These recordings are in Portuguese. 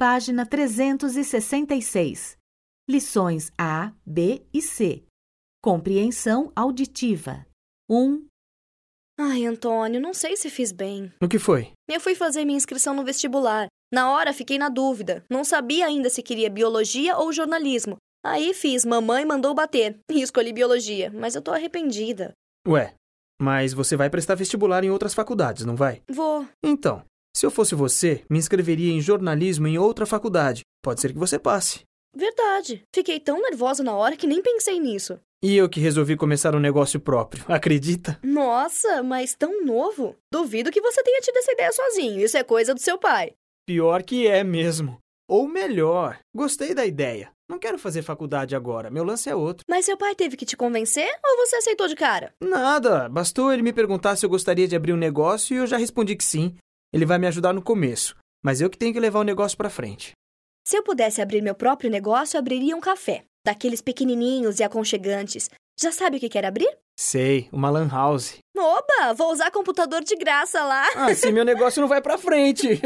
Página 366. Lições A, B e C. Compreensão auditiva. 1, Ai, Antônio, não sei se fiz bem. No que foi? Eu fui fazer minha inscrição no vestibular. Na hora fiquei na dúvida. Não sabia ainda se queria biologia ou jornalismo. Aí fiz, mamãe mandou bater. E escolhi biologia, mas eu tô arrependida. Ué, mas você vai prestar vestibular em outras faculdades, não vai? Vou. Então, se eu fosse você, me inscreveria em jornalismo em outra faculdade. Pode ser que você passe. Verdade. Fiquei tão nervosa na hora que nem pensei nisso. E eu que resolvi começar um negócio próprio, acredita? Nossa, mas tão novo. Duvido que você tenha tido essa ideia sozinho. Isso é coisa do seu pai. Pior que é mesmo. Ou melhor, gostei da ideia. Não quero fazer faculdade agora, meu lance é outro. Mas seu pai teve que te convencer ou você aceitou de cara? Nada, bastou ele me perguntar se eu gostaria de abrir um negócio e eu já respondi que sim. Ele vai me ajudar no começo, mas eu que tenho que levar o negócio pra frente. Se eu pudesse abrir meu próprio negócio, eu abriria um café. Daqueles pequenininhos e aconchegantes. Já sabe o que quer abrir? Sei, uma lan house. Oba, vou usar computador de graça lá. Assim meu negócio não vai pra frente.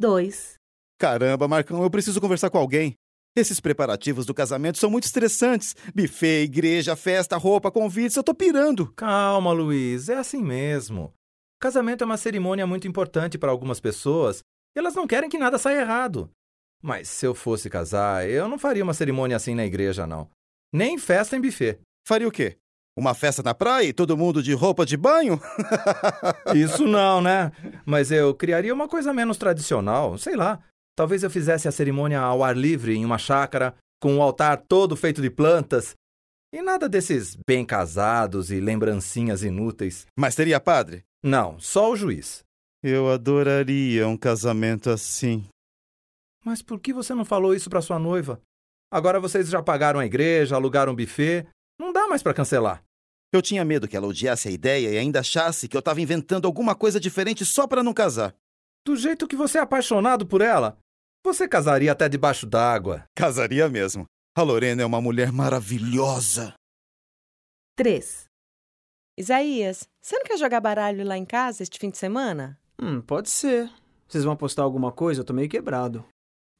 2, Caramba, Marcão, eu preciso conversar com alguém. Esses preparativos do casamento são muito estressantes. Buffet, igreja, festa, roupa, convites, eu tô pirando. Calma, Luiz, é assim mesmo. Casamento é uma cerimônia muito importante para algumas pessoas e elas não querem que nada saia errado. Mas se eu fosse casar, eu não faria uma cerimônia assim na igreja, não. Nem festa em buffet. Faria o quê? Uma festa na praia e todo mundo de roupa de banho? Isso não, né? Mas eu criaria uma coisa menos tradicional, sei lá. Talvez eu fizesse a cerimônia ao ar livre, em uma chácara, com o altar todo feito de plantas. E nada desses bem casados e lembrancinhas inúteis. Mas teria padre? Não, só o juiz. Eu adoraria um casamento assim. Mas por que você não falou isso pra sua noiva? Agora vocês já pagaram a igreja, alugaram um buffet. Não dá mais pra cancelar. Eu tinha medo que ela odiasse a ideia e ainda achasse que eu tava inventando alguma coisa diferente só pra não casar. Do jeito que você é apaixonado por ela, você casaria até debaixo d'água. Casaria mesmo. A Lorena é uma mulher maravilhosa. 3. Isaías, você não quer jogar baralho lá em casa este fim de semana? Hum, pode ser. Vocês vão apostar alguma coisa? Eu tô meio quebrado.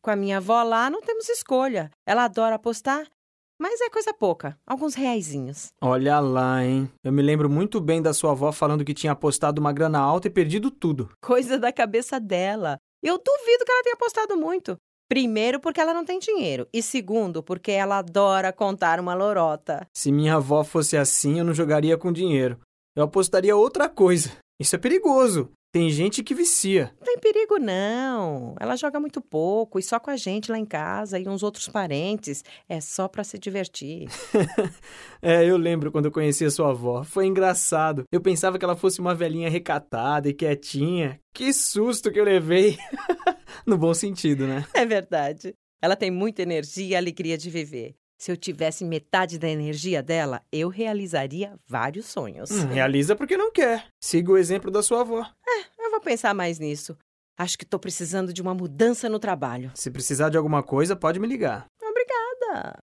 Com a minha avó lá, não temos escolha. Ela adora apostar, mas é coisa pouca, alguns reaisinhos. Olha lá, hein? Eu me lembro muito bem da sua avó falando que tinha apostado uma grana alta e perdido tudo. Coisa da cabeça dela. Eu duvido que ela tenha apostado muito. Primeiro, porque ela não tem dinheiro. E segundo, porque ela adora contar uma lorota. Se minha avó fosse assim, eu não jogaria com dinheiro. Eu apostaria outra coisa. Isso é perigoso. Tem gente que vicia. Não tem perigo, não. Ela joga muito pouco e só com a gente lá em casa e uns outros parentes. É só pra se divertir. É, eu lembro quando eu conheci a sua avó. Foi engraçado. Eu pensava que ela fosse uma velhinha recatada e quietinha. Que susto que eu levei. no bom sentido, né? É verdade. Ela tem muita energia e alegria de viver. Se eu tivesse metade da energia dela, eu realizaria vários sonhos. Hum, realiza porque não quer. Siga o exemplo da sua avó. Eu vou pensar mais nisso. Acho que estou precisando de uma mudança no trabalho. Se precisar de alguma coisa, pode me ligar. Nada.